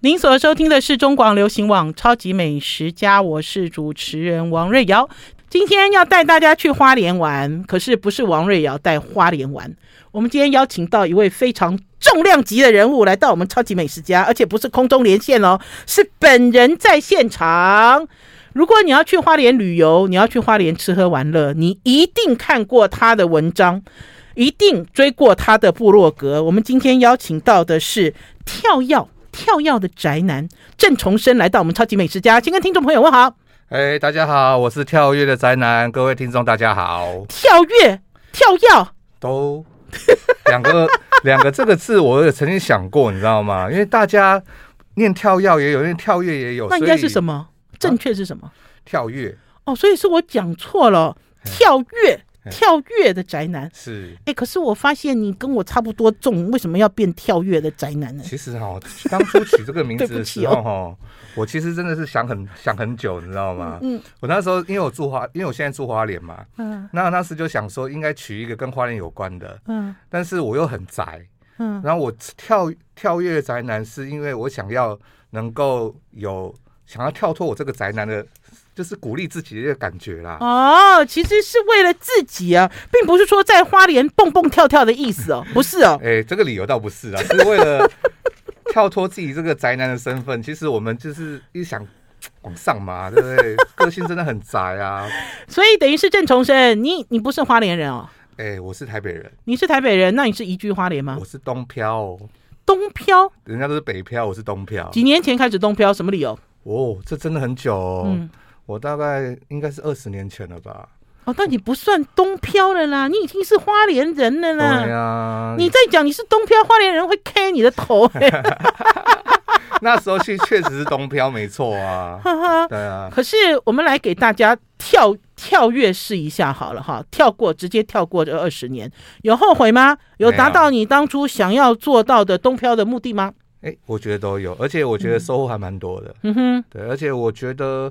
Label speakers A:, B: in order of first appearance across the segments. A: 您所收听的是中广流行网《超级美食家》，我是主持人王瑞瑶。今天要带大家去花莲玩，可是不是王瑞瑶带花莲玩。我们今天邀请到一位非常重量级的人物来到我们《超级美食家》，而且不是空中连线哦，是本人在现场。如果你要去花莲旅游，你要去花莲吃喝玩乐，你一定看过他的文章，一定追过他的部落格。我们今天邀请到的是跳药跳药的宅男郑重生来到我们超级美食家，先跟听众朋友问好。
B: 哎，大家好，我是跳跃的宅男，各位听众大家好，
A: 跳跃跳药，
B: 哦都两个 两个这个字，我也曾经想过，你知道吗？因为大家念跳跃也有，念跳跃也有，
A: 那应该是
B: 么
A: 什么？
B: 啊
A: 正确是什么？
B: 跳跃
A: 哦，所以是我讲错了，跳跃
B: 哎
A: 跳跃的宅男。
B: 是？
A: 哎、可是我发现你跟我差不多重，为什么要变跳跃的宅男呢？
B: 其实哈、当初取这个名字
A: 对不
B: 的
A: 起
B: 时候哈、我其实真的是想很想很久，你知道吗？
A: 嗯
B: 我那时候因为我住花，因为我现在住花莲嘛，
A: 嗯
B: 那那时就想说应该取一个跟花莲有关的，
A: 嗯
B: 但是我又很宅，
A: 嗯，
B: 然后我跳跳跃宅男，是因为我想要能够有想要跳脱我这个宅男的，就是鼓励自己的一个感觉啦。
A: 哦，其实是为了自己啊，并不是说在花莲蹦蹦跳跳的意思 哦，不是哦。
B: 哎、这个理由倒不是啦，是为了跳脱自己这个宅男的身份。其实我们就是一想往上嘛，对不 对？个性真的很宅啊。
A: 所以等于是郑重生，你你不是花莲人哦，
B: 哎、我是台北人，
A: 你是台北人，那你是移居花莲吗
B: 我？是东漂、哦，
A: 东漂，
B: 人家都是北漂，我是东漂。
A: 几年前开始东漂，什么理由？
B: 哦，这真的很久、哦。
A: 嗯，
B: 我大概应该是二十年前了吧。
A: 哦，但你不算东漂了啦，你已经是花莲人了啦。
B: 对呀、啊，
A: 你再讲你是东漂花莲人，会 K 你的头、 欸。
B: 那时候去确实是东漂，没错啊。
A: 哈哈。
B: 对啊，
A: 可是我们来给大家跳跳跃试一下好了哈，跳过直接跳过这二十年，有后悔吗？有达到你当初想要做到的东漂的目的吗？
B: 哎、我觉得都有，而且我觉得收获还蛮多的。
A: 嗯哼，
B: 对，而且我觉得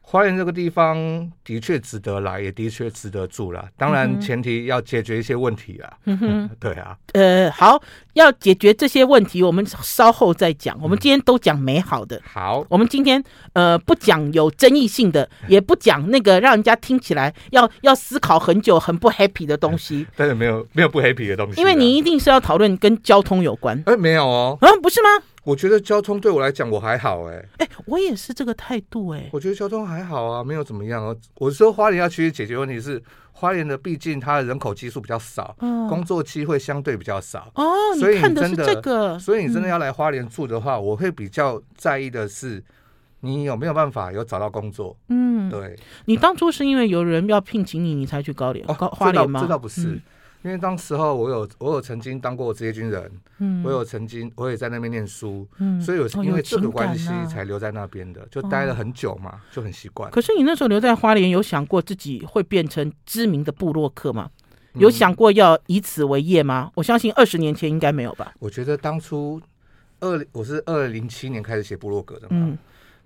B: 花莲这个地方的确值得来，也的确值得住啦。
A: 嗯
B: 当然，
A: 哼
B: 前提要解决一些问题啦。
A: 嗯哼，
B: 对啊，
A: 呃，好，要解决这些问题，我们稍后再讲。我们
B: 嗯
A: 今天都讲美好的，
B: 好，
A: 我们今天呃不讲有争议性的，也不讲那个让人家听起来要要思考很久、很不 happy 的东西，
B: 但是没有没有不 happy 的东西啦。
A: 因为你一定是要讨论跟交通有关，
B: 哎、没有哦，
A: 嗯、不是吗？
B: 我觉得交通对我来讲我还好哎、
A: 哎、我也是这个态度哎、
B: 我觉得交通还好啊，没有怎么样哦。我说花莲要去解决问题是花莲的，毕竟它的人口基数比较少，
A: 嗯
B: 工作机会相对比较少。
A: 哦，
B: 所以
A: 你看的
B: 真
A: 是
B: 的
A: 这个，
B: 所以你
A: 嗯
B: 真的要来花莲住的话，我会比较在意的是，你有没有办法有找到工作？
A: 嗯，
B: 对，
A: 你当初是因为有人要聘请你，你才去高联、
B: 哦
A: 高花莲吗？
B: 这倒这倒不是，
A: 嗯
B: 因为当时候我有我有曾经当过职业军人，
A: 嗯
B: 我有曾经我也在那边念书，
A: 嗯
B: 所以我是
A: 哦
B: 因为
A: 有
B: 这
A: 情
B: 个关系
A: 感啊哦
B: 才留在那边的，就待了很久嘛，就很习惯。
A: 可是你那时候留在花莲，有想过自己会变成知名的部落客吗？
B: 嗯
A: 有想过要以此为业吗？我相信二十年前应该没有吧。
B: 我觉得当初二我是二零零七年开始写部落格的嘛，
A: 嗯，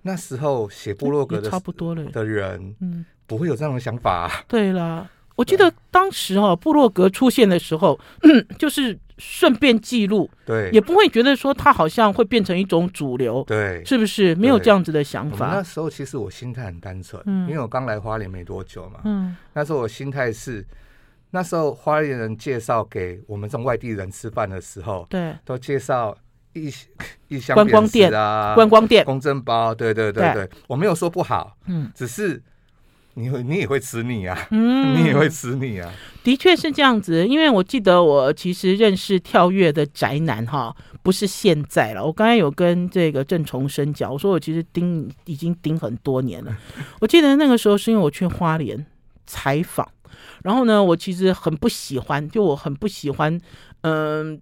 B: 那时候写啊部落格
A: 也
B: 的
A: 差不多了。
B: 的人
A: 嗯，
B: 不会有这样的想法啊、
A: 对啦，我记得当时哈、哦、部落格出现的时候， 就是顺便记录，
B: 对
A: 也，不会觉得说它好像会变成一种主流，
B: 对，
A: 是不是？没有这样子的想
B: 我们
A: 嗯
B: 那
A: 法。
B: 时候其实我心态很单纯，
A: 嗯
B: 因为我刚来花莲没多久嘛。
A: 嗯
B: 那时候我心态是，那时候花莲人介绍给我们这种外地人吃饭的时候，，
A: 对，
B: 都介绍异异乡
A: 观光
B: 扁食啊、
A: 观光店，
B: 公正包，对对对对，我没有说不好，
A: 嗯
B: 只是你会你也会吃腻啊，
A: 嗯，
B: 你也会吃腻啊，
A: 的确是这样子，因为我记得我其实认识跳跃的宅男哈，不是现在了。我刚才有跟这个郑重生讲，我说我其实盯已经盯很多年了。我记得那个时候是因为我去花莲采访，然后呢，我其实很不喜欢，就我很不喜欢，嗯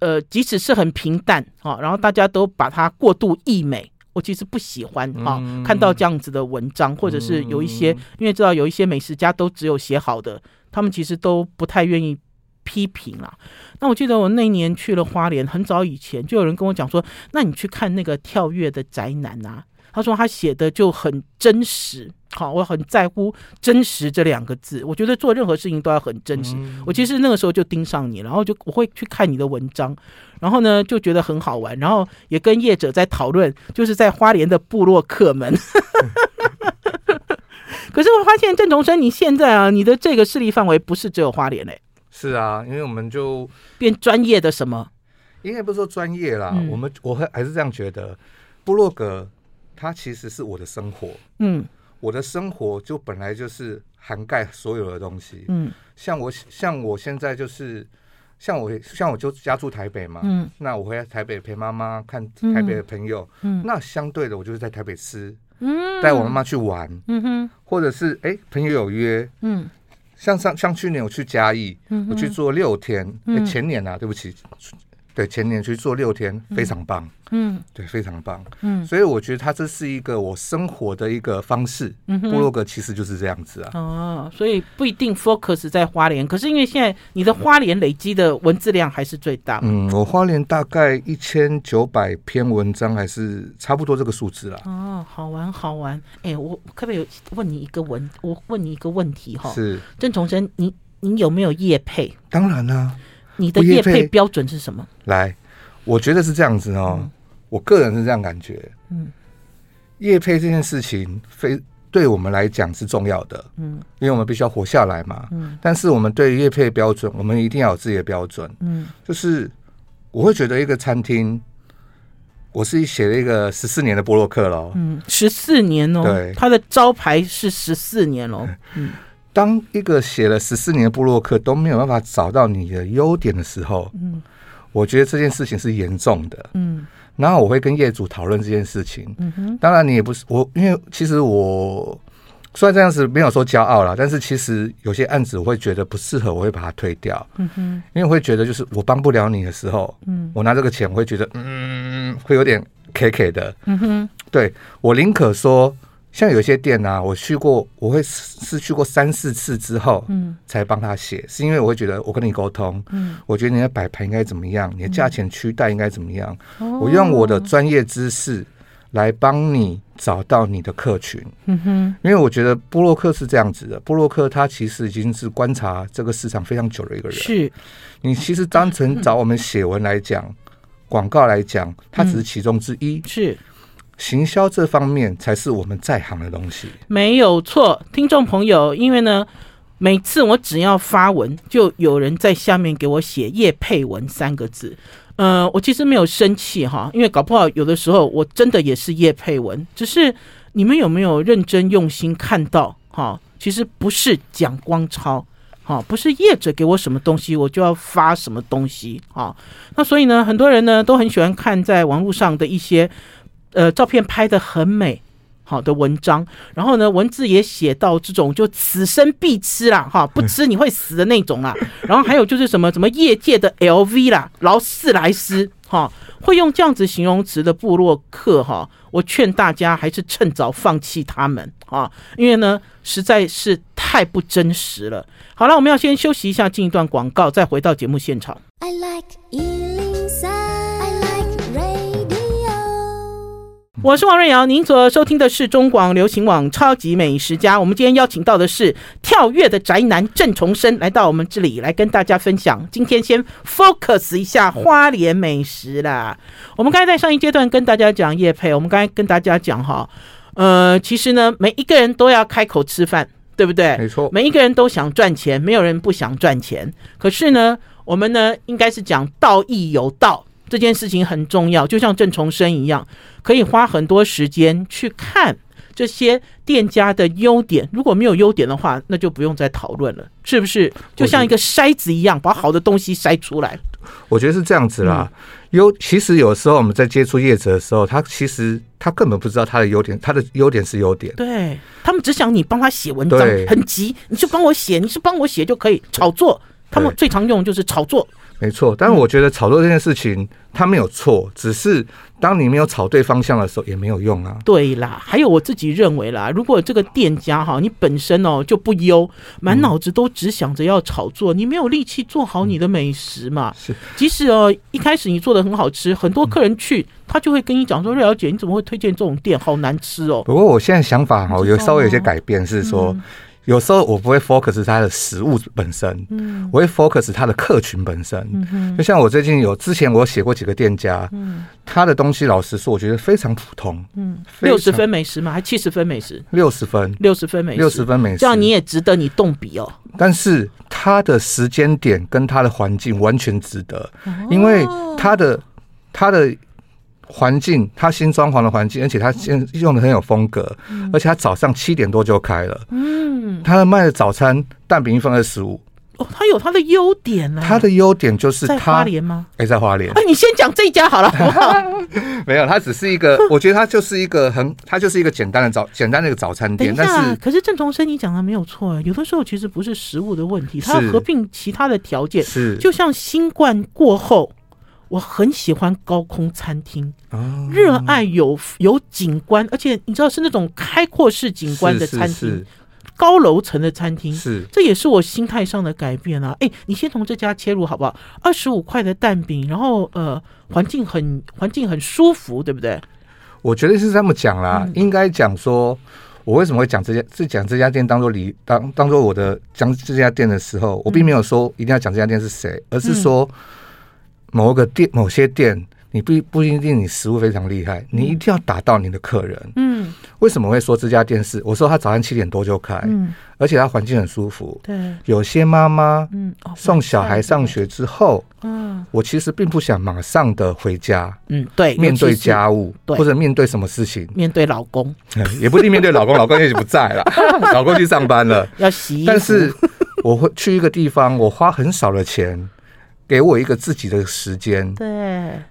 A: 呃即使是很平淡哈，然后大家都把它过度溢美。我其实不喜欢哈、
B: 嗯
A: 看到这样子的文章，或者是有一些，
B: 嗯
A: 因为知道有一些美食家都只有写好的，他们其实都不太愿意批评啦。那我记得我那一年去了花莲，很早以前就有人跟我讲说，那你去看那个跳跃的宅男啊，他说他写的就很真实，好，我很在乎“真实”这两个字。我觉得做任何事情都要很真实。
B: 嗯
A: 我其实那个时候就盯上你，然后就我会去看你的文章，然后呢就觉得很好玩，然后也跟业者在讨论，就是在花莲的部落客 们。可是我发现郑重生，你现在啊，你的这个势力范围不是只有花莲嘞、
B: 是啊，因为我们就
A: 变专业的什么？
B: 应该不是说专业啦，
A: 嗯
B: 我们我还还是这样觉得，部落格它其实是我的生活，
A: 嗯
B: 我的生活就本来就是涵盖所有的东西。
A: 嗯
B: 像我像我现在就是像我像我就家住台北嘛，
A: 嗯
B: 那我回来台北陪妈妈看
A: 嗯
B: 台北的朋友，
A: 嗯
B: 那相对的我就是在台北吃，
A: 嗯
B: 带我妈妈去玩，
A: 嗯哼
B: 或者是哎、朋友有约，
A: 嗯
B: 像上像去年我去嘉义，
A: 嗯
B: 我去做六天，
A: 嗯
B: 诶前年啊，对不起，对前年去做六天，非常棒，
A: 嗯
B: 对，非常棒。
A: 嗯
B: 所以我觉得它这是一个我生活的一个方式，
A: 嗯
B: 部落格其实就是这样子啊。
A: 哦，所以不一定 focus 在花莲，可是因为现在你的花莲累积的文字量还是最大。
B: 嗯，我花莲大概一千九百篇文章，还是差不多这个数字啦。
A: 哦，好玩好玩！哎、我我可不可以有问你一个问？我问你一个问题哈，
B: 是，
A: 郑重生，你你有没有业配？
B: 当然啦、
A: 你的
B: 我业
A: 业配
B: 配
A: 标准是什么？
B: 来，我觉得是这样子哦，我个人是这样感觉。
A: 嗯
B: 嗯，业配这件事情非对我们来讲是重要的，
A: 嗯
B: 因为我们必须要活下来嘛。
A: 嗯
B: 但是我们对于业配的标准，我们一定要有自己的标准。
A: 嗯
B: 就是我会觉得一个餐厅，我是写了一个十四年的波洛克咯。
A: 嗯，十四年哦
B: 对，
A: 他的招牌是十四年 哦。嗯
B: 当一个写了十四年的布洛克都没有办法找到你的优点的时候，
A: 嗯
B: 我觉得这件事情是严重的。
A: 嗯
B: 然后我会跟业主讨论这件事情。
A: 嗯哼
B: 当然，你也不是我，因为其实我虽然这样子没有说骄傲啦，但是其实有些案子我会觉得不适合，我会把它推掉，
A: 嗯哼
B: 因为我会觉得就是我帮不了你的时候，
A: 嗯
B: 我拿这个钱我会觉得嗯会有点 K K 的。
A: 嗯哼
B: 对我宁可说，像有些店啊，我去过，我会是去过三四次之后，
A: 嗯
B: 才帮他写，是因为我会觉得我跟你沟通，
A: 嗯，
B: 我觉得你的摆盘应该怎么样，你的价钱区带应该怎么样，
A: 哦
B: 我用我的专业知识来帮你找到你的客群，
A: 嗯哼
B: 因为我觉得布洛克是这样子的，布洛克他其实已经是观察这个市场非常久的一个人，
A: 是
B: 你其实单纯找我们写文来讲。广告来讲，它只是其中之一。
A: 是
B: 行销这方面才是我们在行的东西。
A: 没有错，听众朋友，因为呢，每次我只要发文，就有人在下面给我写“叶佩文”三个字。呃，我其实没有生气哈，因为搞不好有的时候我真的也是叶佩文，只是你们有没有认真用心看到哈？其实不是蒋光超。哈，不是业者给我什么东西，我就要发什么东西啊。那所以呢，很多人呢都很喜欢看在网络上的一些，呃，照片拍的很美，好的文章，然后呢，文字也写到这种就此生必吃啦，哈，不吃你会死的那种啦。 然后还有就是什么什么业界的 LV 啦，劳斯莱斯，哈，会用这样子形容词的布洛克，哈，我劝大家还是趁早放弃他们啊，因为呢，实在是太不真实了。好了，我们要先休息一下，进一段广告，再回到节目现场。
C: I like Ealing Sound. I like radio.
A: 我是王瑞瑶，您所收听的是中广流行网《超级美食家》。我们今天邀请到的是跳跃的宅男郑重生来到我们这里，来跟大家分享。今天先 focus 一下花莲美食啦。我们刚才在上一阶段跟大家讲叶配，我们刚才跟大家讲哈，呃，其实呢，每一个人都要开口吃饭，对不对？
B: 没错，
A: 每一个人都想赚钱，没有人不想赚钱。可是呢，我们呢应该是讲道义有道这件事情很重要，就像郑重生一样，可以花很多时间去看这些店家的优点。如果没有优点的话，那就不用再讨论了，是不是？就像一个筛子一样，把好的东西筛出来。
B: 我觉得是这样子啦。优、其实有时候我们在接触业者的时候，他其实他根本不知道他的优点，他的优点是优点。
A: 对他们只想你帮他写文章，
B: 对
A: 很急，你就帮我写，你是帮我写就可以炒作。他们
B: 对
A: 最常用的就是炒作，
B: 没错，但是我觉得炒作这件事情，他没有错，只是当你没有炒对方向的时候，也没有用啊。
A: 对啦，还有我自己认为啦，如果这个店家哈，你本身哦就不优，
B: 嗯
A: 满脑子都只想着要炒作，你没有力气做好你的美食嘛。
B: 是，
A: 即使哦一开始你做的很好吃，很多客人去，他就会跟你讲说：“瑞瑶姐，你怎么会推荐这种店？好难吃哦。
B: 不过我现在想法哈，
A: 你知道
B: 有
A: 吗
B: 稍微有些改变，是说、
A: 嗯
B: 有时候我不会 focus 它的食物本身，
A: 嗯
B: 我会 focus 它的客群本身。
A: 嗯哼
B: 就像我最近有之前我有写过几个店家，
A: 嗯
B: 他的东西老实说，我觉得非常普通，
A: 嗯，
B: 非
A: 六十
B: 常
A: 分美食嘛，还七十分美食，
B: 六十分，
A: 六十分美食，
B: 六十分美食，
A: 这样你也值得你动笔哦。
B: 但是它的时间点跟它的环境完全值得，
A: 哦
B: 因为它的它的环境，它新装潢的环境，而且它现用的很有风格，
A: 嗯
B: 而且它早上七点多就开了，嗯，它的卖的早餐蛋饼一份二十五，
A: 哦，它有它的优点呢、
B: 它的优点就是
A: 嗯在
B: 它
A: 花莲吗？
B: 哎在 花莲
A: 哎，你先讲这家 好了，好不好？
B: 没有，它只是一个，我觉得它就是一个很，它就是一个简单的早简单的一个早餐
A: 等
B: 店
A: 一，
B: 但
A: 下，
B: 是
A: 可是郑崇生你讲的没有错，哎有的时候其实不是食物的问题，它
B: 是
A: 要合并其他的条件。
B: 是
A: 就像新冠过后，我很喜欢高空餐厅，
B: 哦
A: 热爱有有景观，而且你知道是那种开阔式景观的
B: 是
A: 餐厅
B: 是，
A: 高楼层的餐
B: 是
A: 厅。
B: 是
A: 这也是我心态上的改变啊！哎，你先从这家切入好不好？二十五块的蛋饼，然后呃，环境很环境很舒服，对不对？
B: 我觉得是这么讲啦，
A: 嗯
B: 应该讲说，我为什么会讲这家，是讲这家店当做理当当做我的讲这家店的时候，我并没有说一定要讲这家店是谁，
A: 嗯
B: 而是说某个店某些店，你不不一定你食物非常厉害，你一定要打到你的客人。
A: 嗯
B: 为什么会说这家店是？我说他早上七点多就开，
A: 嗯，
B: 而且他环境很舒服。
A: 对，
B: 有些妈妈
A: 嗯，哦
B: 送小孩上，学之后，
A: 嗯
B: 我其实并不想马上的回家
A: 嗯，对，
B: 面
A: 尤
B: 对
A: 其是
B: 家务，
A: 对
B: 或者面对什么事情。
A: 面对老公
B: 哎也不一定面对老公，老公也许不在 了，老公去上班了。
A: 要洗衣服，
B: 但是我会去一个地方，我花很少的钱，给我一个自己的时间，
A: 对，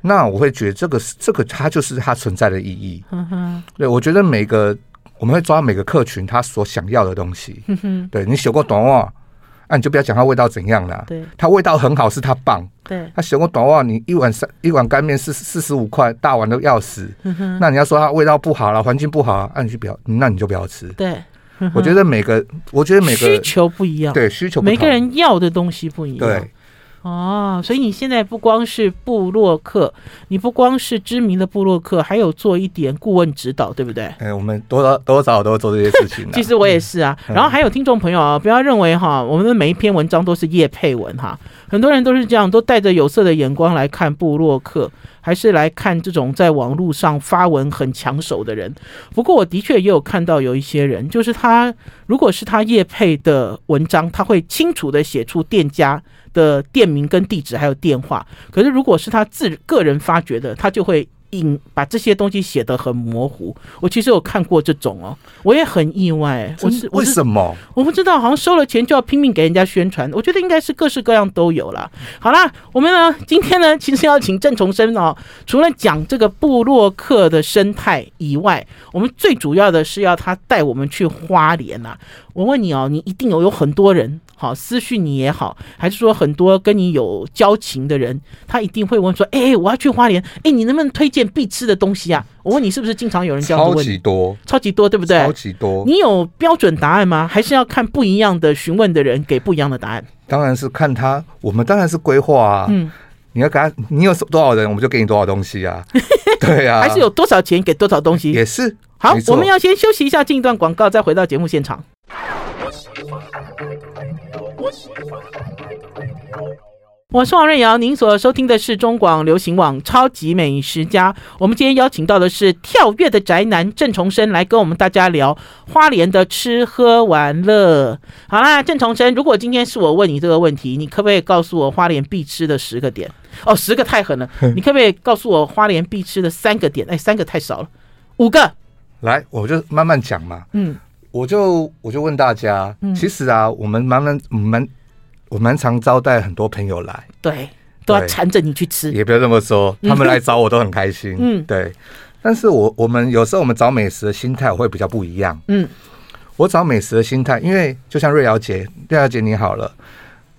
B: 那我会觉得这个是这个它就是它存在的意义。
A: 哼嗯哼，
B: 对我觉得每个我们会抓每个客群他所想要的东西。
A: 哼嗯哼，
B: 对你学过短袜，啊，你就不要讲它味道怎样啦。
A: 对
B: 它味道很好，是它棒。
A: 对，
B: 它学过短袜，你一碗三一碗干面四四十五块，大碗都要死。
A: 哼嗯哼，
B: 那你要说它味道不好了，环境不好啊，那你就不要，那你就不要吃。
A: 对，
B: 我觉得每个，我觉得每
A: 嗯需
B: 个
A: 求不一样，，
B: 对需求不同
A: 每个人要的东西不一样，
B: 对，
A: 哦，所以你现在不光是部落客，你不光是知名的部落客，还有做一点顾问指导，对不对？
B: 哎，我们多多多少少都会做这些事情的。
A: 其实我也是啊，
B: 嗯
A: 然后还有听众朋友啊，不要认为哈，我们的每一篇文章都是叶配文哈，很多人都是这样，都带着有色的眼光来看部落客，还是来看这种在网络上发文很抢手的人。不过我的确也有看到有一些人，就是他如果是他叶配的文章，他会清楚的写出店家的店名跟地址还有电话，可是如果是他自个人发掘的，他就会。隐把这些东西写得很模糊，我其实有看过这种哦，我也很意外、我是
B: 真
A: 我
B: 为
A: 是
B: 什么？
A: 我不知道，好像收了钱就要拼命给人家宣传，我觉得应该是各式各样都有啦。好啦，我们呢今天呢，其实要请郑重生哦，除了讲这个布洛克的生态以外，我们最主要的是要他带我们去花莲呐、我问你哦，你一定有有很多人好私讯你也好，还是说很多跟你有交情的人，他一定会问说，哎、我要去花莲，哎、你能不能推荐必吃的东西啊？我问你是不是经常有人这样子
B: 超
A: 问
B: 级
A: 你？
B: 多，
A: 超级多，对不对？
B: 超级多。
A: 你有标准答案吗？还是要看不一样的询问的人给不一样的答案？
B: 当然是看他，我们当然是规划啊。
A: 嗯，
B: 你要给他，你有多少人，我们就给你多少东 西啊。对啊，
A: 还是有多少钱给多少东西？
B: 也是
A: 好
B: 没，错
A: 我们要先休息一下，进一段广告，再回到节目现场。我是王瑞瑶，您所收听的是中广流行网《超级美食家》。我们今天邀请到的是跳跃的宅男郑重生来跟我们大家聊花莲的吃喝玩乐。好啦，郑重生，如果今天是我问你这个问题，你可不可以告诉我花莲必吃的十个点？哦，十个太狠了，你可不可以告诉我花莲必吃的三个点？哎，三个太少了，五个。
B: 来，我就慢慢讲嘛。
A: 嗯，
B: 我就我就问大家，其实啊，我们蛮蛮我们蛮我蛮常招待很多朋友来。
A: 对，都要
B: 对
A: 缠着你去吃。
B: 也不要这么说，他们来找我都很开心。
A: 嗯
B: 嗯，对。但是我我们有时候我们找美食的心态我会比较不一样。
A: 嗯，
B: 我找美食的心态，因为就像瑞瑶姐，瑞瑶姐你好了，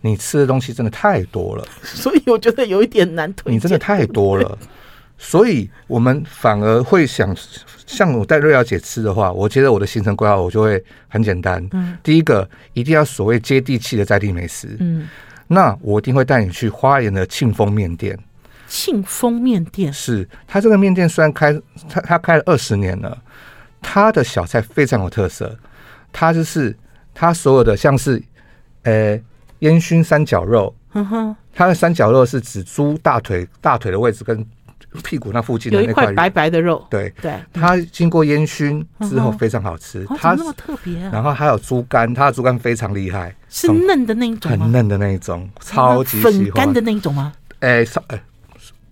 B: 你吃的东西真的太多了，
A: 所以我觉得有一点难推荐。
B: 你真的太多了， 所以我们反而会想，像我带瑞瑶姐吃的话，我觉得我的行程规划我就会很简单。
A: 嗯
B: 第一个一定要所谓接地气的在地美食，
A: 嗯，
B: 那我一定会带你去花莲的庆丰面店。
A: 庆丰面店
B: 是它这个面店虽然开，它它开了二十年了，它的小菜非常有特色，它就是它所有的像是，呃，烟熏三角肉，
A: 哼嗯哼，
B: 它的三角肉是指猪大腿大腿的位置跟屁股那附近的
A: 有一
B: 那
A: 块
B: 块
A: 白
B: 肉，
A: 白的肉，
B: 对，
A: 对，
B: 它经过烟熏之后
A: 嗯哼
B: 非常好吃，
A: 哦，怎么
B: 它嗯
A: 那么特别啊？
B: 然后还有猪肝，它的猪肝非常厉害，
A: 是
B: 很
A: 嫩的那一种吗？啊
B: 很嫩的那一种，超级
A: 粉
B: 喜
A: 干
B: 欢
A: 的，那一种吗？
B: 哎，超哎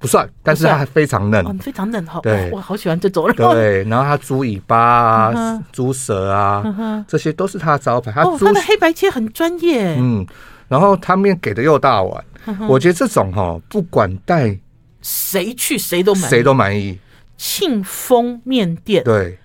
B: 不算，但是
A: 不算
B: 它非常嫩
A: 哦，。非常嫩，好，
B: 对
A: 我好喜欢这种哦肉。
B: 对，然后它猪尾巴
A: 嗯
B: 啊
A: 哼、
B: 猪舌啊
A: 嗯，哼
B: 这些都是它的招牌。它
A: 哦，
B: 猪
A: 他的黑白切很专业。
B: 嗯，然后它面给的又大碗，
A: 嗯哼
B: 我觉得这种哈，不管带
A: 谁去谁都买。
B: 谁都满意。
A: 庆丰面店，
B: 对，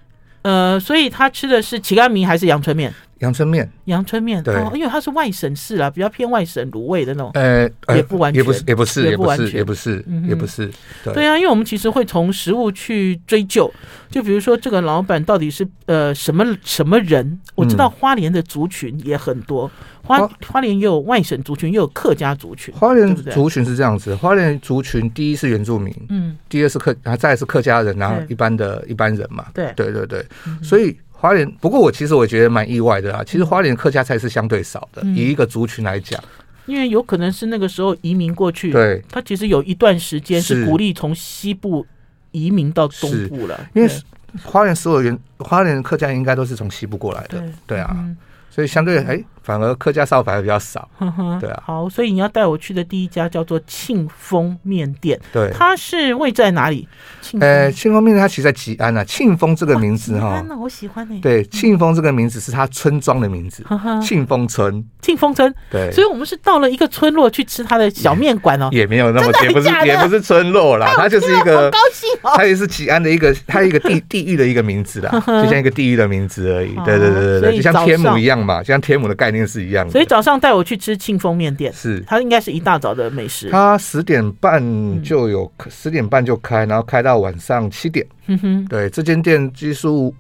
A: 呃，所以他吃的是乞丐米还是阳春面？
B: 阳春面，
A: 阳春面，
B: 对
A: 哦，因为它是外省市啦，比较偏外省卤味的那种。
B: 呃，呃
A: 也不完全
B: 也不是，也不是，
A: 也
B: 也
A: 不
B: 不
A: 完
B: 是，
A: 全
B: 也不是
A: 嗯，哼
B: 也不是。
A: 对
B: 对，
A: 啊，因为我们其实会从食物去追究，就比如说这个老板到底是呃什么什么人？我知道花莲的族群也很多，花
B: 嗯花哦
A: 花莲也有外省族群，也有客家族群。
B: 花
A: 对
B: 莲
A: 不对
B: 族群是这样子，花莲族群第一是原住民，
A: 嗯，
B: 第二是客，然后再来是客家人，然后
A: 对
B: 一般的一般人嘛。
A: 对嗯
B: 对对对，所以花莲，不过我其实我觉得蛮意外的啦。其实花莲客家菜是相对少的，
A: 嗯
B: 以一个族群来讲，
A: 因为有可能是那个时候移民过去，
B: 对，
A: 他其实有一段时间是
B: 是
A: 鼓励从西部移民到东部 了，
B: 因为
A: 对
B: 花莲所有原花莲客家应该都是从西部过来的，
A: 对
B: 对啊，
A: 嗯
B: 所以相对哎，反而客家烧反而比较少，
A: 呵呵
B: 对啊
A: 好，所以你要带我去的第一家叫做庆丰面店，
B: 对。
A: 它是位在哪里？庆丰
B: 呃，庆丰面它其实在吉安啊，庆丰这个名字
A: 哇嗯
B: 哈
A: 哦吉安，呢，我喜欢呢。
B: 对，庆丰这个名字是它村庄的名字
A: 呵呵，
B: 庆丰村，
A: 庆丰村，
B: 对，
A: 所以我们是到了一个村落去吃它的小面馆哦。
B: 也没有那么
A: 真的
B: 也不是
A: 假的
B: 也不是村落啦，它就是一
A: 好
B: 个
A: 高兴哦！
B: 它也是吉安的一个，它一个地 地域的一个名字啦，就像一个地域的名字而已
A: 哦。
B: 对对对对
A: 所以
B: 对，就像
A: 早
B: 天母
A: 上
B: 一样嘛，就像天母的概念是一样 的。
A: 所以早上带我去吃庆丰面店，
B: 是
A: 它应该是一大早的美食。
B: 它十点
A: 嗯
B: 半就有，十点半就开，然后开到晚上七点。
A: 嗯哼，
B: 对，这间店技术，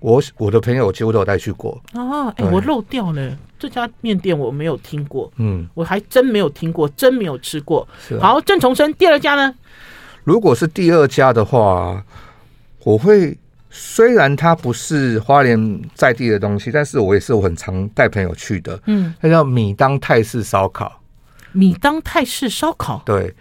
B: 我我的朋友几乎都有带去过。
A: 哦，哎，
B: 对
A: 我漏掉了这家面店，我没有听过，
B: 嗯，
A: 我还真没有听过，真没有吃过。
B: 是啊。
A: 好，郑重生第二家呢？
B: 如果是第二家的话，我会虽然它不是花莲在地的东西，但是我也是我很常带朋友去的。
A: 嗯，
B: 它叫米当泰式烧烤。
A: 米当泰式烧烤。
B: 对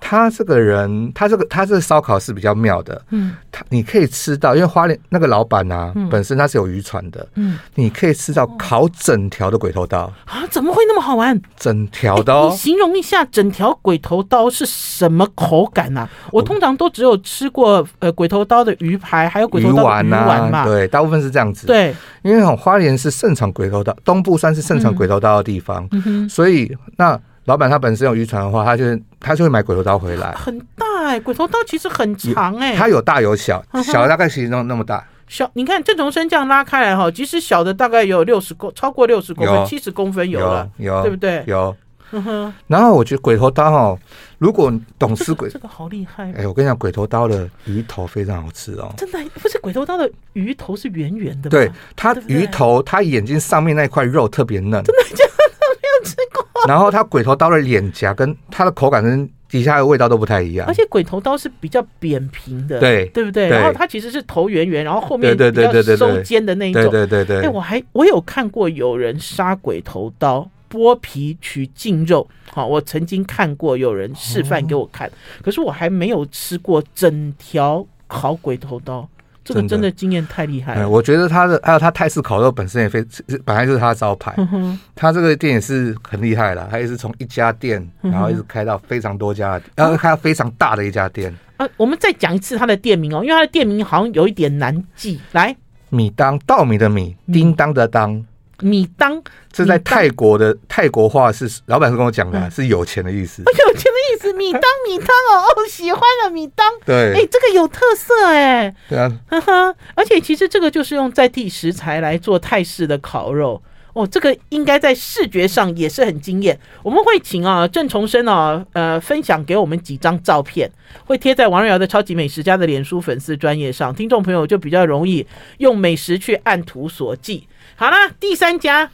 B: 他这个人，他这个他这个烧烤是比较妙的。
A: 嗯
B: 他你可以吃到，因为花莲那个老板啊，本身他是有渔船的，
A: 嗯，
B: 你可以吃到烤整条的鬼头刀，
A: 啊，怎么会那么好玩？哎
B: 整条的哦
A: 你。形容一下整条鬼头刀是什么口感呐、我通常都只有吃过呃鬼头刀的鱼排，还有鬼头刀的鱼丸嘛。
B: 啊，对，大部分是这样子。，
A: 对
B: 因为哦花莲是盛产鬼头刀，东部算是盛产鬼头刀的地方，
A: 嗯
B: 所以那老板他本身有渔船的话，他就他就会买鬼头刀回来。
A: 很大哎、鬼头刀其实很长哎、
B: 它有大有小
A: 嗯哼，
B: 小的大概其实那那么大，
A: 小，你看郑从生这样拉开来哈，即使小的大概有六十公，超过六十公分，
B: 有
A: 七十公分有了，
B: 有啊
A: 对不对？
B: 有。
A: 嗯哼，
B: 然后我觉得鬼头刀哦，如果懂
A: 这
B: 吃
A: 个
B: 鬼
A: 这，个好厉害，啊
B: 哎，我跟你讲，鬼头刀的鱼头非常好吃哦。
A: 真的不是鬼头刀的鱼头是圆圆的吗？
B: 对，它
A: 对不对
B: 鱼头，它眼睛上面那块肉特别嫩，真的假 的？没有吃过。然后它鬼头刀的脸颊跟它的口感跟底下的味道都不太一样
A: 而。且鬼头刀是比较扁平的，
B: 对
A: 对不对？
B: 对
A: 然后它其实是头圆圆，然后后面
B: 对
A: 比
B: 对
A: 较
B: 对对对
A: 收尖的那一
B: 对
A: 种。
B: 对对
A: 哎、
B: 对
A: 我，还我有看过有人杀鬼头刀。剥皮取净肉，好，我曾经看过有人示范给我看，
B: 哦
A: 可是我还没有吃过整条烤鬼头刀，这个
B: 真的
A: 真的经验太厉害
B: 哎，
A: 了。
B: 我觉得它的还有它泰式烤肉本身也非本来就是它的招牌，
A: 哼嗯哼，
B: 它这个店也是很厉害了，它也是从一家店，
A: 嗯哼
B: 然后一直开到非常多家的，然后开到非常大的一家店，
A: 啊，我们再讲一次它的店名哦，因为它的店名好像有一点难记。来，
B: 米当稻米的米，
A: 嗯
B: 叮当的当。
A: 米当
B: 这在
A: 米当
B: 泰国的泰国话是老板是跟我讲的啊、
A: 嗯
B: 是有钱的意思。
A: 有钱的意思，米当米当哦，哦，喜欢了米当。
B: 对，
A: 哎、这个有特色哎、
B: 对啊，
A: 呵呵，而且其实这个就是用在地食材来做泰式的烤肉。哦，这个应该在视觉上也是很惊艳。我们会请啊郑重生啊呃分享给我们几张照片，会贴在王瑞瑶的超级美食家的脸书粉丝专业上，听众朋友就比较容易用美食去按图索骥。好啦，第三家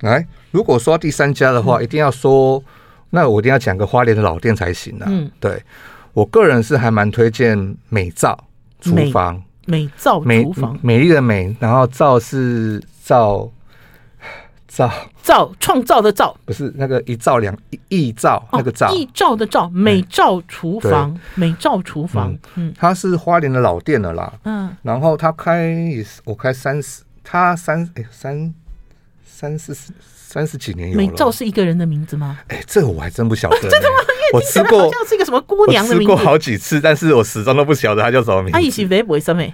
B: 来，如果说第三家的
A: 嗯
B: 话，一定要说，那我一定要讲个花莲的老店才行啊。
A: 嗯
B: 对我个人是还蛮推荐美灶厨
A: 美
B: 房，
A: 美造
B: 美
A: 厨房
B: 美丽的美，然后灶是灶灶，
A: 造创造的造。
B: 不是那个一灶两一一灶、
A: 哦，
B: 那个灶，
A: 一照的照，美照厨房，美照厨房，嗯
B: 它是花莲的老店了啦。
A: 嗯，
B: 然后他开也是我开三十，他三哎三三四十三十几年有
A: 美照
B: 了。
A: 是一个人的名字吗？
B: 哎，这个我还真不 晓得、真的吗？我吃
A: 好
B: 过，
A: 像是一个什么姑
B: 我
A: 娘的
B: 吃
A: 名
B: 过
A: 字。
B: 好几次，但是我始终都不晓得它叫什么名
A: 她以
B: 字。
A: 前微博上面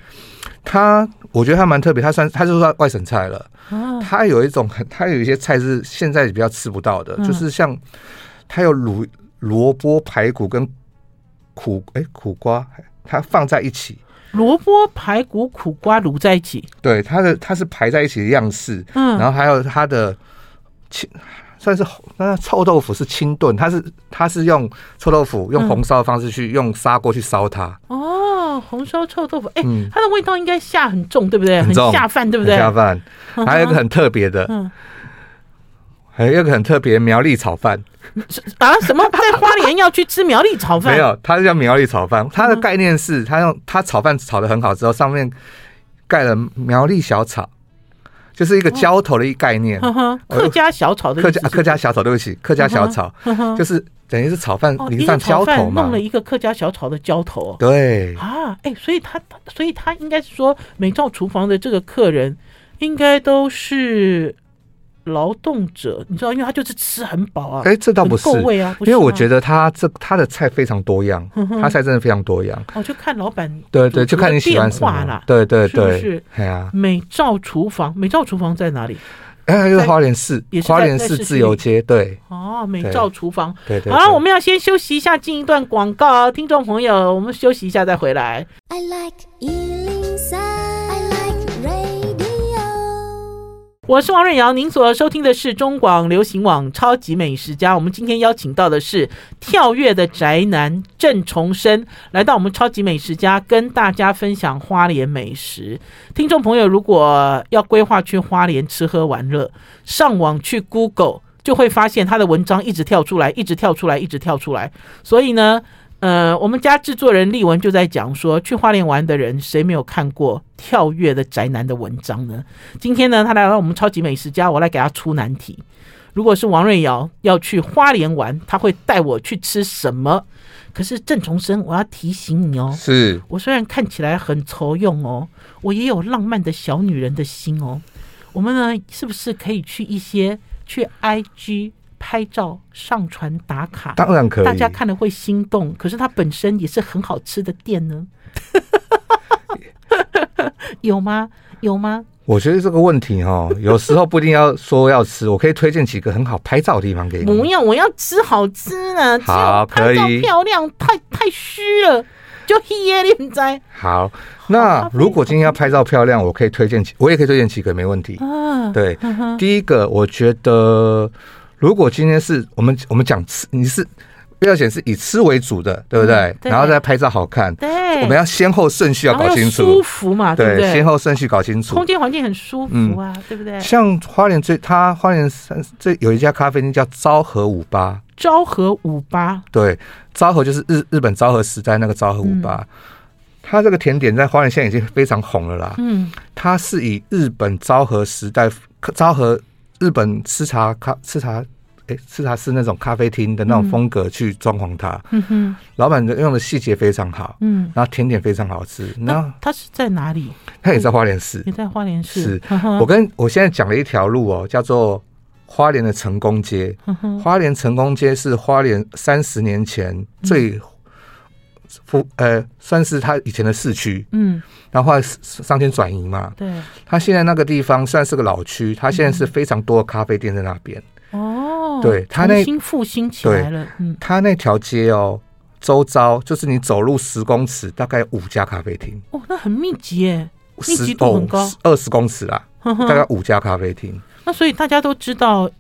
B: 它我觉得它蛮特别，它算它就是算外省菜了。
A: 啊，
B: 它有一种很，它有一些菜是现在比较吃不到的，
A: 嗯
B: 就是像它有卤萝卜排骨跟苦哎苦瓜，它放在一起。
A: 萝卜、排骨、苦瓜卤在一起，
B: 对，它的它是排在一起的样式，
A: 嗯
B: 然后还有它的清，算是红那臭豆腐是清炖，它是它是用臭豆腐用
A: 嗯
B: 红烧的方式去、用砂锅去烧它，
A: 哦，红烧臭豆腐，哎、
B: 嗯
A: 它的味道应该下很重，对不 对？
B: 很重
A: 下饭，对不对
B: 很？下饭。 还有一个很特别的，
A: 嗯
B: 还有一个很特别的苗栗炒饭，
A: 啊，什么在花莲要去吃苗栗炒饭？嗯
B: 没有，它是叫苗栗炒饭，它的概念是它用它炒饭炒的很好之后，上面盖了苗栗小炒，就是一
A: 哦
B: 个浇头的一概念。
A: 呵呵，呃客家小炒的哦意思
B: 客家
A: 是嗯
B: 啊客家小炒，对不起，客家小炒
A: 呵呵
B: 就是等于是炒饭
A: 哦，
B: 淋
A: 一
B: 上
A: 个
B: 浇
A: 炒
B: 头
A: 饭
B: 嘛
A: 弄，了一个客家小炒的浇头、哦。
B: 对，
A: 啊，哎、所以他，所以他应该是说，美照厨房的这个客人应该都是劳动者，你知道，因为他就是吃很饱啊，
B: 哎，这倒
A: 很
B: 不是
A: 够，味啊，
B: 因为我觉
A: 得
B: 得他这他的菜非常多样，
A: 嗯
B: 他菜真的非常多样，
A: 哦，就看老板
B: 对
A: 主厨
B: 对，就看
A: 的
B: 你喜欢
A: 变
B: 什
A: 化
B: 么
A: 啦，。
B: 对对
A: 是不
B: 对
A: 是，
B: 哎呀，
A: 美照厨房，美照厨房在哪里？
B: 哎，就是
A: 在
B: 花莲市
A: 也，是在
B: 花莲
A: 在
B: 市
A: 市
B: 自
A: 区
B: 由
A: 里
B: 街，对
A: 哦，美照厨房。
B: 对对。
A: 好了，
B: 对
A: 我们要先休息一下，进一段广告。听众朋友，我们休息一下再回来。
C: I like Ealing Sound. I like radio.
A: 我是王瑞瑶，您所收听的是中广流行网《超级美食家》。我们今天邀请到的是跳跃的宅男郑重生，来到我们《超级美食家》，跟大家分享花莲美食。听众朋友，如果要规划去花莲吃喝玩乐，上网去 Google 就会发现他的文章一直跳出来，一直跳出来，一直跳出来。所以呢，呃，我们家制作人立文就在讲说，去花莲玩的人谁没有看过跳跃的宅男的文章呢？今天呢，他来到我们超级美食家，我来给他出难题。如果是王瑞瑶要去花莲玩，他会带我去吃什么？可是郑重生，我要提醒你哦，
B: 是
A: 我虽然看起来很愁用哦，我也有浪漫的小女人的心哦。我们呢，是不是可以去一些去 IG 拍照、上传打卡，
B: 当然可以，
A: 大家看了会心动？可是它本身也是很好吃的店呢， 有吗？有吗？
B: 我觉得这个问题哦，有时候不一定要说要吃，我可以推荐几个很好拍照的地方给
A: 不
B: 你。
A: 要，我要吃好吃的，只有
B: 好
A: 拍照
B: 可以
A: 漂亮，太太虚了，就 黑你们在
B: 好，
A: 好
B: 那
A: 非
B: 如果今天要拍照漂亮，我可以推荐几，我也可以推荐几个，没问题。
A: 啊，
B: 对
A: 嗯哼，
B: 第一个我觉得，如果今天是我们我们讲吃，你是要显示以吃为主的，对不对？
A: 嗯对
B: 然后再拍照好看，
A: 对，
B: 我们要先后顺序要
A: 然后
B: 搞清
A: 舒
B: 楚，
A: 服嘛，
B: 对
A: 不啊对？
B: 先后顺序搞清楚
A: 空。间环境很舒服啊，
B: 嗯
A: 对不对？
B: 像花莲最，它花莲三这有一家咖啡店叫昭和五八，
A: 昭和五八，
B: 对，昭和就是日日本昭和时代那个昭和五八、
A: 嗯
B: 它这个甜点在花莲现在已经非常红了啦。
A: 嗯，
B: 它是以日本昭和时代昭和日本吃茶咖吃茶。诶，吃茶室那种咖啡厅的那种风格去装潢它，
A: 嗯哼，
B: 老板的用的细节非常好，
A: 嗯。
B: 然后甜点非常好吃。那
A: 那它是在哪里？
B: 它也在花莲市
A: 也，在花莲市。
B: 是
A: 呵呵
B: 我跟我现在讲了一条路哦，叫做花莲的成功街。
A: 呵呵
B: 花莲成功街是花莲三十年
A: 嗯
B: 前最富、呃，算是它以前的市区，
A: 嗯，
B: 然后后来上天转移嘛。
A: 对，嗯
B: 它现在那个地方算是个老区，它现在是非常多的咖啡店在那边。
A: 哦，
B: 对它那
A: 重新复兴起来了。嗯，
B: 它那条街哦，周遭就是你走路十公尺，大概有五家咖啡厅，
A: 哦，那很密集耶，密集
B: 十
A: 度
B: 哦
A: 很高。
B: 二十公尺啦，
A: 呵呵
B: 大概五家咖啡厅。
A: 那所以大家都知道，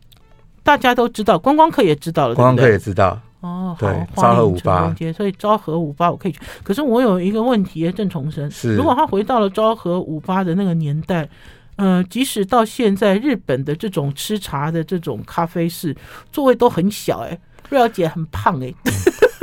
A: 大家都知道，观光客也知道了，
B: 观光客
A: 对
B: 也
A: 不对
B: 知道，
A: 哦，
B: 对
A: 好
B: 昭
A: 花
B: 和
A: 莲
B: 58
A: 成功街，所以昭和五八我可以去。可是我有一个问题，郑重生，
B: 是
A: 如果他回到了昭和五八的那个年代。呃，即使到现在，日本的这种吃茶的这种咖啡室座位都很小、哎，瑞瑶姐很胖、哎，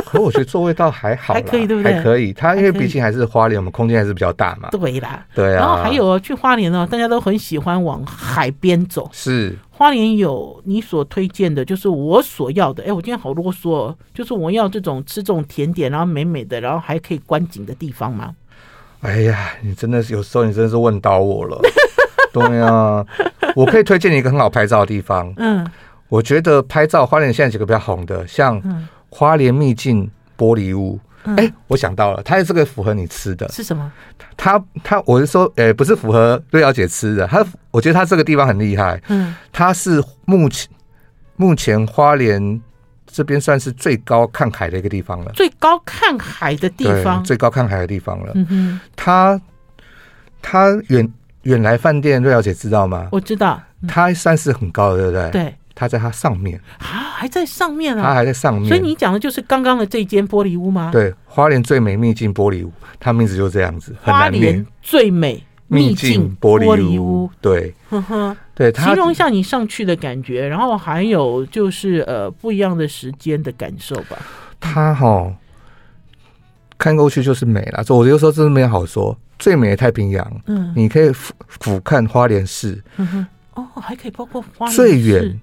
B: 可我觉得座位倒还好啦，
A: 还可以对不对
B: 还可以，它因为
A: 还可以
B: 毕竟还是花莲，我们空间还是比较大嘛。
A: 对啦。
B: 对啊，
A: 然后还有哦去花莲呢、大家都很喜欢往海边走。
B: 是
A: 花莲有你所推荐的，就是我所要的。哎，我今天好啰嗦、哦，就是我要这种吃这种甜点，然后美美的，然后还可以观景的地方吗？
B: 哎呀，你真的是有时候你真的是问到我了。 对啊，我可以推荐你一个很好拍照的地方。
A: 嗯
B: 我觉得拍照花莲现在几个比较红的，像
A: 嗯
B: 花莲秘境玻璃屋。
A: 嗯
B: 哎、我想到了，它也是个符合你吃的。
A: 是什么？
B: 它它，我是说，呃、不是符合瑞瑶姐吃的。它，我觉得它这个地方很厉害，
A: 嗯，
B: 它是目前目前花莲这边算是最高看海的一个地方了。
A: 最高看海的地
B: 对
A: 方。
B: 最高看海的地方了。
A: 嗯哼，
B: 它它远远来饭店，瑞瑶姐知道吗？
A: 我知道。
B: 它算是很高的，对不对？，
A: 嗯对
B: 它在它上面，
A: 啊，还在上面
B: 哎它
A: 啊。
B: 还在上面。
A: 所以你讲的就是刚刚的这间玻璃屋吗？，
B: 对花莲最美秘境玻璃屋，它名字就这样子，很
A: 花
B: 难
A: 莲
B: 念。
A: 最美
B: 秘境
A: 境
B: 玻璃
A: 璃
B: 屋，对
A: 呵呵。
B: 对，它
A: 形容一下你上去的感觉，然后还有就是呃不一样的时间的感受吧。
B: 它哈，看过去就是美了。所以我就说真的没有好说，最美的太平洋，
A: 嗯
B: 你可以俯俯瞰花莲市，
A: 嗯哼，哦，还可以包括花莲
B: 最
A: 市
B: 远，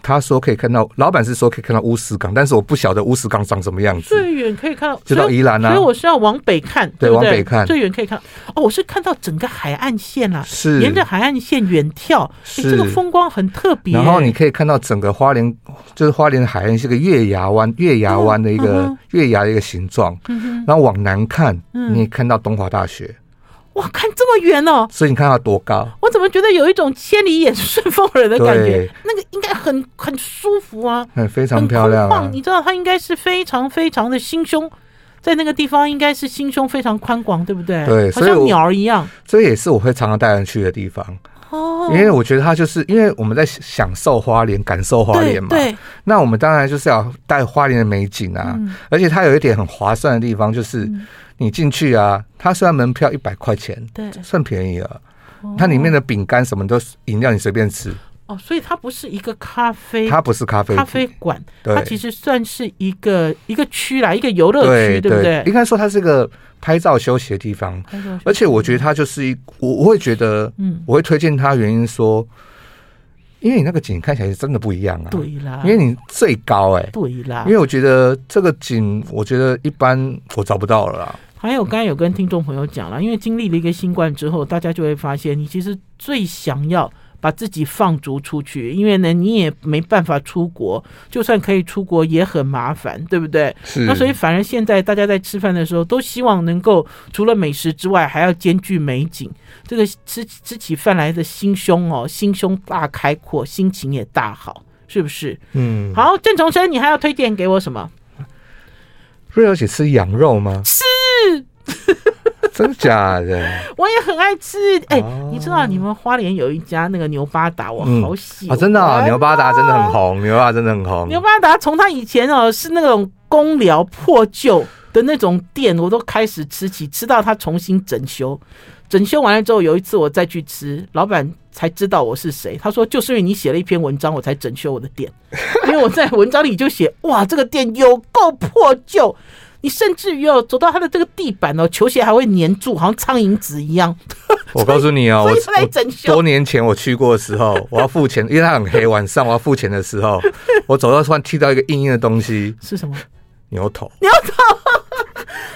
B: 他说可以看到，老板是说可以看到乌石港，但是我不晓得乌石港长什么样子，
A: 最远可以看到，
B: 就到
A: 所以
B: 宜兰啊
A: 所以，我是要往北看，对
B: 对
A: 不
B: 往北看
A: 最远可以看。哦，我是看到整个海岸线啦，
B: 是
A: 沿着海岸线远眺，诶
B: 是
A: 这个风光很特别。
B: 然后你可以看到整个花莲，就是花莲的海岸是个月牙湾，月牙湾的一个、
A: 嗯嗯哼
B: 月牙的一个形状。
A: 嗯哼，
B: 然后往南看，
A: 嗯
B: 你也看到东华大学，
A: 哇，看这么远哦，
B: 所以你看它多高。
A: 我怎么觉得有一种千里眼顺风耳的感觉
B: 对？
A: 那个应该很很舒服啊。
B: 嗯，非常
A: 很
B: 漂亮、
A: 空
B: 啊
A: 旷，你知道，它应该是非常非常的心胸，在那个地方应该是心胸非常宽广，对不对？
B: 对
A: 好
B: 所以
A: 像
B: 我
A: 鸟儿一样。
B: 这也是我会常常带人去的地方，
A: 哦，
B: 因为我觉得它就是因为我们在享受花莲、感受花莲嘛。
A: 对，对
B: 那我们当然就是要带花莲的美景啊，
A: 嗯
B: 而且它有一点很划算的地方，就是
A: 嗯
B: 你进去啊，它虽然门票一百块钱，
A: 对
B: 算便宜了。它里面的饼干什么都饮料你随便吃，
A: 哦，所以它不是一个咖啡
B: 它不是咖啡
A: 咖啡馆，
B: 对
A: 它其实算是一个一个区啦，一个游乐
B: 对
A: 区，不对？
B: 应该说它是个拍照休息的地方，
A: 哎呦
B: 而且我觉得它就是一，我我会觉得
A: 嗯，
B: 我会推荐它，原因说，因为你那个景看起来真的不一样啊，，
A: 对啦，
B: 因为你最高哎、
A: 对啦
B: 因，为我觉得这个景，我觉得一般我找不到了啦。
A: 还有刚才有跟听众朋友讲了，因为经历了一个新冠之后，大家就会发现，你其实最想要把自己放逐出去，因为呢，你也没办法出国，就算可以出国也很麻烦，对不对？
B: 是
A: 那所以反而现在大家在吃饭的时候，都希望能够除了美食之外，还要兼具美景。这个吃吃起饭来的心胸哦，心胸大开阔，心情也大好，是不是？
B: 嗯，
A: 好，郑重生，你还要推荐给我什么？
B: 瑞瑶姐吃羊肉吗？是， 真假的？
A: 我也很爱吃。哎、
B: 哦
A: 你知道你们花莲有一家那个牛巴达，我
B: 嗯
A: 好喜欢、哎
B: 啊，真的、啊，牛巴达真的很红，牛巴达真的很红。
A: 牛巴达从他以前哦是那种公寮破旧的那种店，我都开始吃起，吃到他重新整修。整修完了之后，有一次我再去吃，老板才知道我是谁。他说：“就是因为你写了一篇文章，我才整修我的店。 因为我在文章里就写，哇，这个店有够破旧。你甚至于哦，走到他的这个地板哦，球鞋还会粘住，好像苍蝇纸一样。
B: 我告诉你哦，
A: 所
B: 我
A: 以他来整
B: 我
A: 修
B: 多年前我去过的时候，我要付钱，因为它很黑，晚上我要付钱的 时候，我走到突然踢到一个硬硬的东西，
A: 是什么？
B: 牛头。，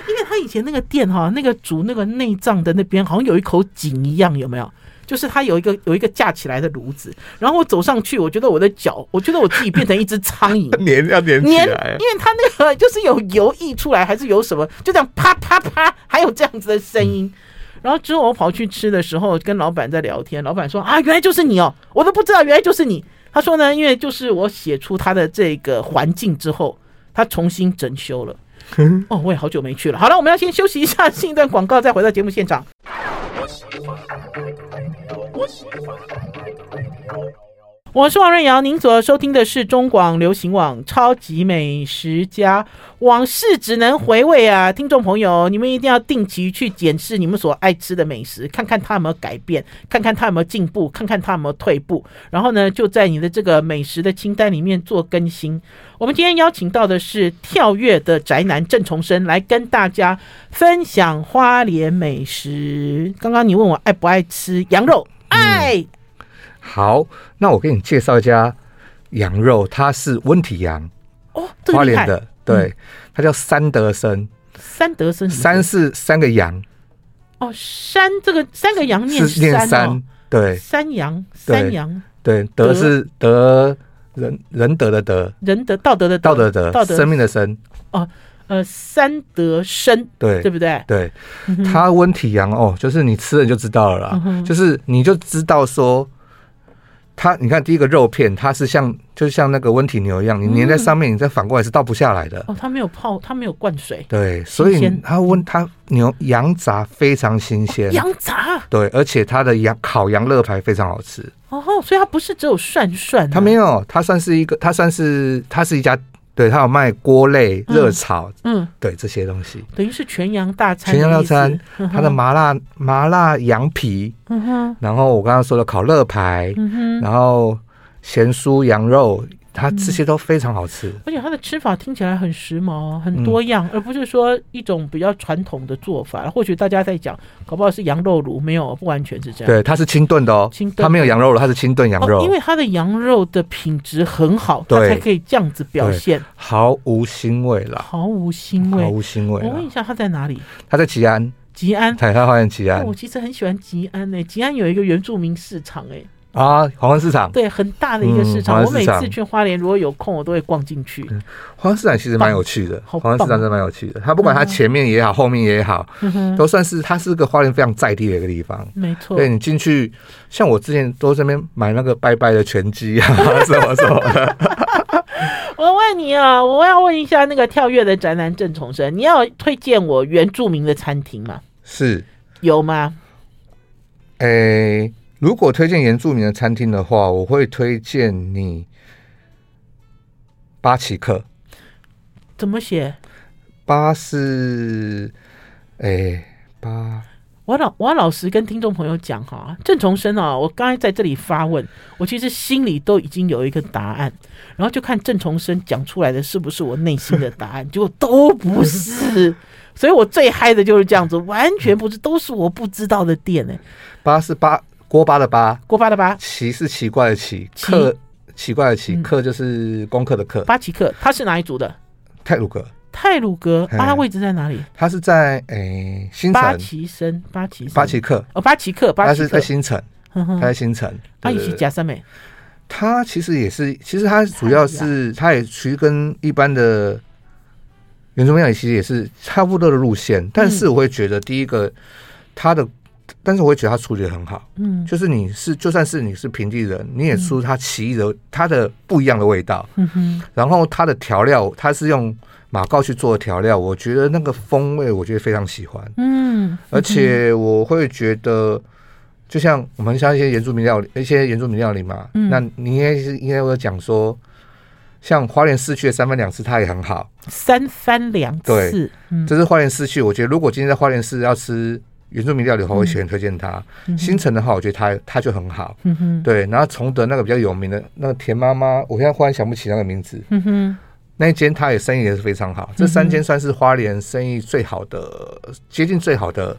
A: 因为他以前那个店哈，那个煮那个内脏的那边好像有一口井一样，有没有？就是它有一个有一个架起来的炉子，然后我走上去，我觉得我的脚，我觉得我自己变成一只苍蝇
B: 粘要粘
A: 粘，因
B: 起来，
A: 为它那个就是有油溢出来，还是有什么，就这样啪啪啪，还有这样子的声音。
B: 嗯
A: 然后之后我跑去吃的时候，跟老板在聊天，老板说啊，原来就是你哦，我都不知道，原来就是你。他说呢，因为就是我写出他的这个环境之后，他重新整修 了。哦，我也好久没去了。好了，我们要先休息一下，进一段广告，再回到节目现场。我是王瑞瑶，您所收听的是中广流行网《超级美食家》，往事只能回味啊！听众朋友，你们一定要定期去检视你们所爱吃的美食，看看它有没有改变，看看它有没有进步，看看它有没有退步。然后呢，就在你的这个美食的清单里面做更新。我们今天邀请到的是跳跃的宅男郑重生来跟大家分享花莲美食。刚刚你问我爱不爱吃羊肉，爱。
B: 好，那我给你介绍一家羊肉，它是温体羊，
A: 哦，这
B: 花
A: 个厉害嗯
B: 莲的，对，它叫三德生，
A: 三德森
B: 三是三个羊，
A: 哦，山这个三个羊念
B: 是念
A: 山
B: 三
A: 哦，，
B: 对
A: 山羊
B: 对
A: 山羊
B: 对，
A: 德
B: 德是德仁仁德的德，
A: 仁德道德的
B: 道德的
A: 道
B: 德，
A: 德
B: 生命的生，
A: 呃三德生
B: 对
A: 对不对？
B: 对，
A: 嗯哼
B: 它温体羊哦，就是你吃了就知道了
A: 嗯
B: 啦，
A: 哼
B: 就是你就知道说。它，你看第一个肉片，它是像就像那个温体牛一样，你粘在上面，你再反过来是倒不下来的。
A: 嗯哦，它没有泡，它没有灌水，
B: 对，所以
A: 鲜
B: 它温它牛羊杂非常新鲜，
A: 羊杂
B: 对，而且它的羊烤羊肋排非常好吃。
A: 哦，所以它不是只有涮涮啊，
B: 它没有，它算是一个，它算是它是一家，对，它有卖锅类、
A: 嗯
B: 热炒，
A: 嗯，
B: 对这些东西。
A: 等于是全羊大餐，
B: 全羊大餐，它
A: 它
B: 的麻辣麻辣羊皮，
A: 嗯哼
B: 然后我刚刚说的烤肋排，
A: 嗯哼，
B: 然后咸酥羊肉，它这些都非常好吃。
A: 而且它的吃法听起来很时髦，很多样，
B: 嗯
A: 而不是说一种比较传统的做法。或许大家在讲，搞不好是羊肉炉，没有，不完全是这样。
B: 对，它是清炖的哦
A: 清，炖
B: 它没有羊肉了，它是清炖羊
A: 哦，因
B: 肉，
A: 为它的羊肉的品质很好，它
B: 对
A: 才可以这样子表现，
B: 毫无腥味啦，
A: 毫无腥
B: 毫
A: 味。
B: 无腥味
A: 我
B: 啦
A: 问一。下，它在哪里？
B: 它在吉安，
A: 吉安。
B: 台它花园吉
A: 哦
B: 安
A: 我其实很喜欢吉安诶、吉安有一个原住民市场诶、
B: 啊，黄昏市场。
A: 对，很大的一个市场。
B: 嗯
A: 我每
B: 黄安市场嗯
A: 次去花莲，如果有空，我都会逛进去。
B: 黄市场其实蛮有趣的，
A: 好
B: 黄市
A: 棒
B: 场真的蛮有趣的。它不管它
A: 嗯
B: 前面也好，后面也好，
A: 嗯哼，哦
B: 都算是它是个花莲非常在地的一个地方。
A: 没错。
B: 对你进去，像我之前都这边买那个拜拜的拳击啊， 什么什么的，
A: 我问你啊，我要问一下那个跳跃的宅男郑重生，你要推荐我原住民的餐厅吗？
B: 是。
A: 有吗？
B: 诶、如果推荐原住民的餐厅的话，我会推荐你巴奇克。
A: 怎么写？
B: 巴是诶、巴
A: 我老我要老实跟听众朋友讲哈、郑重生啊，我刚才在这里发问，我其实心里都已经有一个答案，然后就看郑重生讲出来的是不是我内心的答 案，结果都不是，所以我最嗨的就是这样子，完全不是，都是我不知道的店呢、
B: 巴是巴锅巴的巴，
A: 锅巴的巴
B: 奇是奇怪的奇，
A: 奇
B: 克奇怪的奇，
A: 嗯
B: 克就是功课的课。
A: 巴奇克，他是哪一组的？
B: 泰鲁格，
A: 泰鲁格，
B: 嘿
A: 啊，他位置在哪里？
B: 它是在诶、新
A: 巴
B: 城
A: 奇森，巴奇森
B: 巴奇克，
A: 哦，巴奇克，巴
B: 它
A: 奇
B: 是
A: 克
B: 在，新城，
A: 哼
B: 它
A: 哼
B: 在新城。
A: 啊，
B: 对
A: 一
B: 对
A: 起
B: 对
A: 假三美，
B: 它其实也是，其实它主要是，
A: 啊
B: 它也其实跟一般的原住民料理其实也是差不多的路线，但是我会觉得第一个它的，但是我会觉得它处理的很好，
A: 嗯
B: 就是你是就算是你是平地人，你也出它奇异的它的不一样的味道，
A: 哼嗯哼，
B: 然后它的调料它是用马告去做的调料，我觉得那个风味我觉得非常喜欢，
A: 嗯，
B: 而且我会觉得，就像我们像一些原住民料理，一些原住民料理嘛，
A: 嗯
B: 那你应该是应该有讲说，像花莲市区的三番两次它也很好。
A: 三番两次
B: 对，
A: 嗯
B: 这是花莲市区，我觉得如果今天在花莲市要吃原住民料理的话，我会喜欢推荐它。
A: 嗯哼
B: 新城的话，我觉得它它就很好。
A: 嗯哼，
B: 对，然后崇德那个比较有名的那个田妈妈，我现在忽然想不起那个名字，
A: 嗯哼，嗯
B: 那一间它也生意也是非常好。这三间算是花莲生意最好的，接近最好的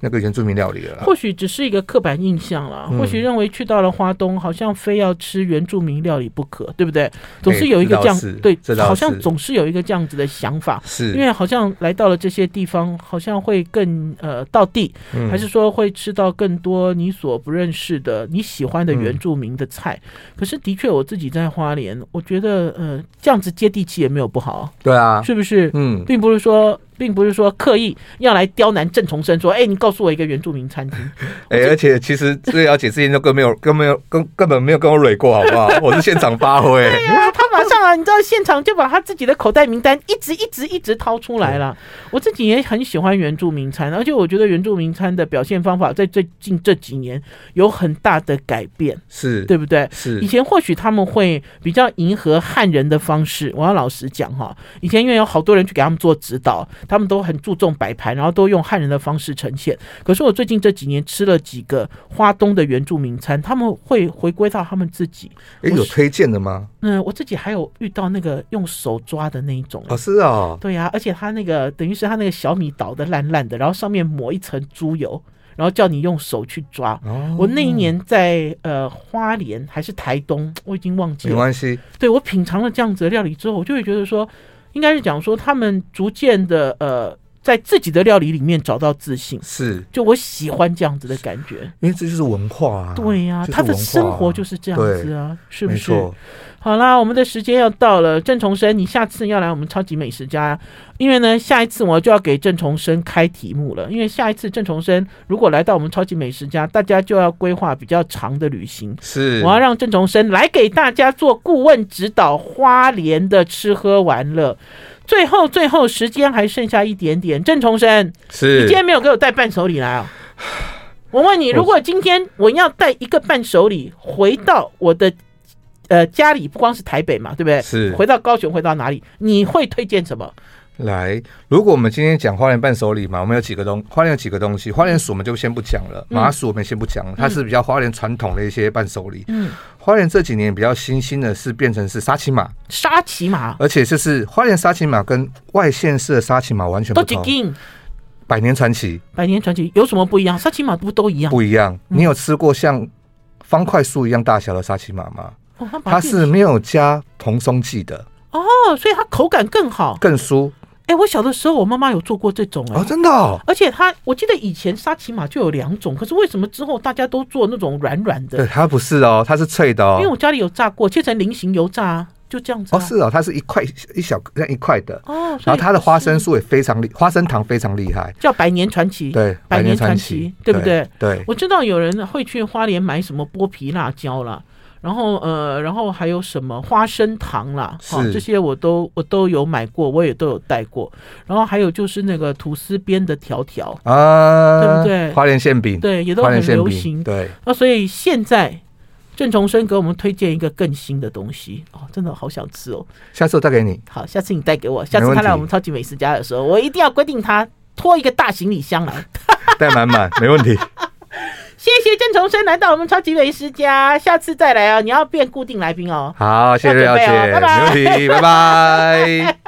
B: 那个原住民料理了啦。
A: 或许只是一个刻板印象啦，
B: 啊嗯
A: 或许认为去到了花东，好像非要吃原住民料理不可，对不对？总是
B: 哎
A: 有一个这样
B: 这倒是
A: 对
B: 这，倒是
A: 好像总是有一个这样子的想法。
B: 是
A: 因为好像来到了这些地方，好像会更呃到地，
B: 嗯
A: 还是说会吃到更多你所不认识的、你喜欢的原住民的菜。
B: 嗯
A: 可是的确，我自己在花莲，我觉得呃这样子接地气也没有不好啊，
B: 对啊，
A: 是不是？
B: 嗯，
A: 并不是说，并不是说刻意要来刁难郑重生，说，哎、你告诉我一个原住民餐厅，
B: 哎、而且其实瑞瑶姐之前都根本没有、根本没有、根根本没有跟我蕊过，好不好？我是现场发挥，
A: 啊，他马上样啊，你知道现场就把他自己的口袋名单一直一直一直掏出来了。我自己也很喜欢原住民餐，而且我觉得原住民餐的表现方法在最近这几年有很大的改变，
B: 是，
A: 对不对？
B: 是
A: 以前或许他们会比较迎合汉人的方式，我要老实讲哈，以前因为有好多人去给他们做指导，他们都很注重摆盘，然后都用汉人的方式呈现。可是我最近这几年吃了几个花东的原住民餐，他们会回归到他们自己。
B: 哎，
A: 我
B: 有
A: 是
B: 推荐的吗？
A: 嗯，我自己还有遇到那个用手抓的那一种。
B: 哦，是哦，
A: 对呀、而且他那个等于是他那个小米捣的烂烂的，然后上面抹一层猪油，然后叫你用手去抓。
B: 哦，
A: 我那一年在呃花莲还是台东，我已经忘记
B: 没
A: 了。
B: 关系，
A: 对我品尝了这样子的料理之后，我就会觉得说，应该是讲说他们逐渐的呃，在自己的料理里面找到自信。
B: 是
A: 就我喜欢这样子的感觉，
B: 因为这就是文化啊，
A: 对呀、
B: 这是
A: 他的
B: 文化
A: 生
B: 啊
A: 活就是这样
B: 对
A: 子啊，是不
B: 没
A: 是？
B: 错，
A: 好啦，我们的时间要到了，郑重生，你下次要来我们超级美食家，因为呢，下一次我就要给郑重生开题目了，因为下一次郑重生如果来到我们超级美食家，大家就要规划比较长的旅行。
B: 是
A: 我要让郑重生来给大家做顾问指导花莲的吃喝玩乐。最后，最后时间还剩下一点点，郑重生，你
B: 是
A: 今天没有给我带伴手礼来啊、我问你，
B: 我
A: 如果今天我要带一个伴手礼回到我的呃家里，不光是台北嘛，对不对？
B: 是
A: 回到高雄，回到哪里？你会推荐什么？
B: 来，如果我们今天讲花莲伴手礼嘛，我们有几个东，花莲有几个东西，花莲薯我们就先不讲了，
A: 嗯
B: 麻薯我们先不讲了，它是比较花莲传统的一些伴手礼。
A: 嗯，
B: 花莲这几年比较新兴的是变成是沙琪玛，
A: 沙琪玛
B: 而且就是花莲沙琪玛跟外县市的沙琪玛完全
A: 都
B: 不
A: 几
B: 同，
A: 斤？
B: 百年传奇
A: 百年传奇有什么不一样？沙琪玛不都一样？
B: 不一样。
A: 嗯
B: 你有吃过像方块树一样大小的沙琪玛吗？
A: 哦它把它
B: 它是没有加蓬松剂的，
A: 哦，所以它口感更好。
B: 更酥
A: 哎，我小的时候，我妈妈有做过这种哎、
B: 哦，真的哦，
A: 而且它，我记得以前沙琪玛就有两种，可是为什么之后大家都做那种软软的
B: 对，？它不是哦，它是脆的哦
A: 因为，我家里有炸过，切成菱形油炸啊，就这样子、啊。
B: 哦是哦，它是一块一小像一块的，
A: 哦，所
B: 然
A: 以
B: 后它的花生
A: 是
B: 素也非常厉，花生糖非常厉害，
A: 叫百年传奇。，
B: 对，
A: 百年传
B: 传
A: 奇对不对？
B: 对，
A: 我知道有人会去花莲买什么剥皮辣椒啦，然后呃，然后还有什么花生糖啦，哈、
B: 是
A: 这些我都我都有买过，我也都有带过。然后还有就是那个吐司边的条条，
B: 啊，
A: 对不对
B: 花莲馅饼，
A: 对，也都
B: 花
A: 很
B: 莲馅
A: 流
B: 饼，
A: 行。
B: 对，
A: 那啊所以现在。郑重生给我们推荐一个更新的东西哦，真的好想吃哦！
B: 下次我带给你，
A: 好，下次你带给我，下次
B: 没问
A: 他
B: 题
A: 来我们超级美食家的时候，我一定要规定他拖一个大行李箱来。
B: 带 满满，没问题。
A: 谢谢郑重生来到我们超级美食家，下次再来哦，你要变固定来宾哦。
B: 好，谢谢瑞瑶姐，
A: 要准备哦拜拜
B: 没问题，拜拜。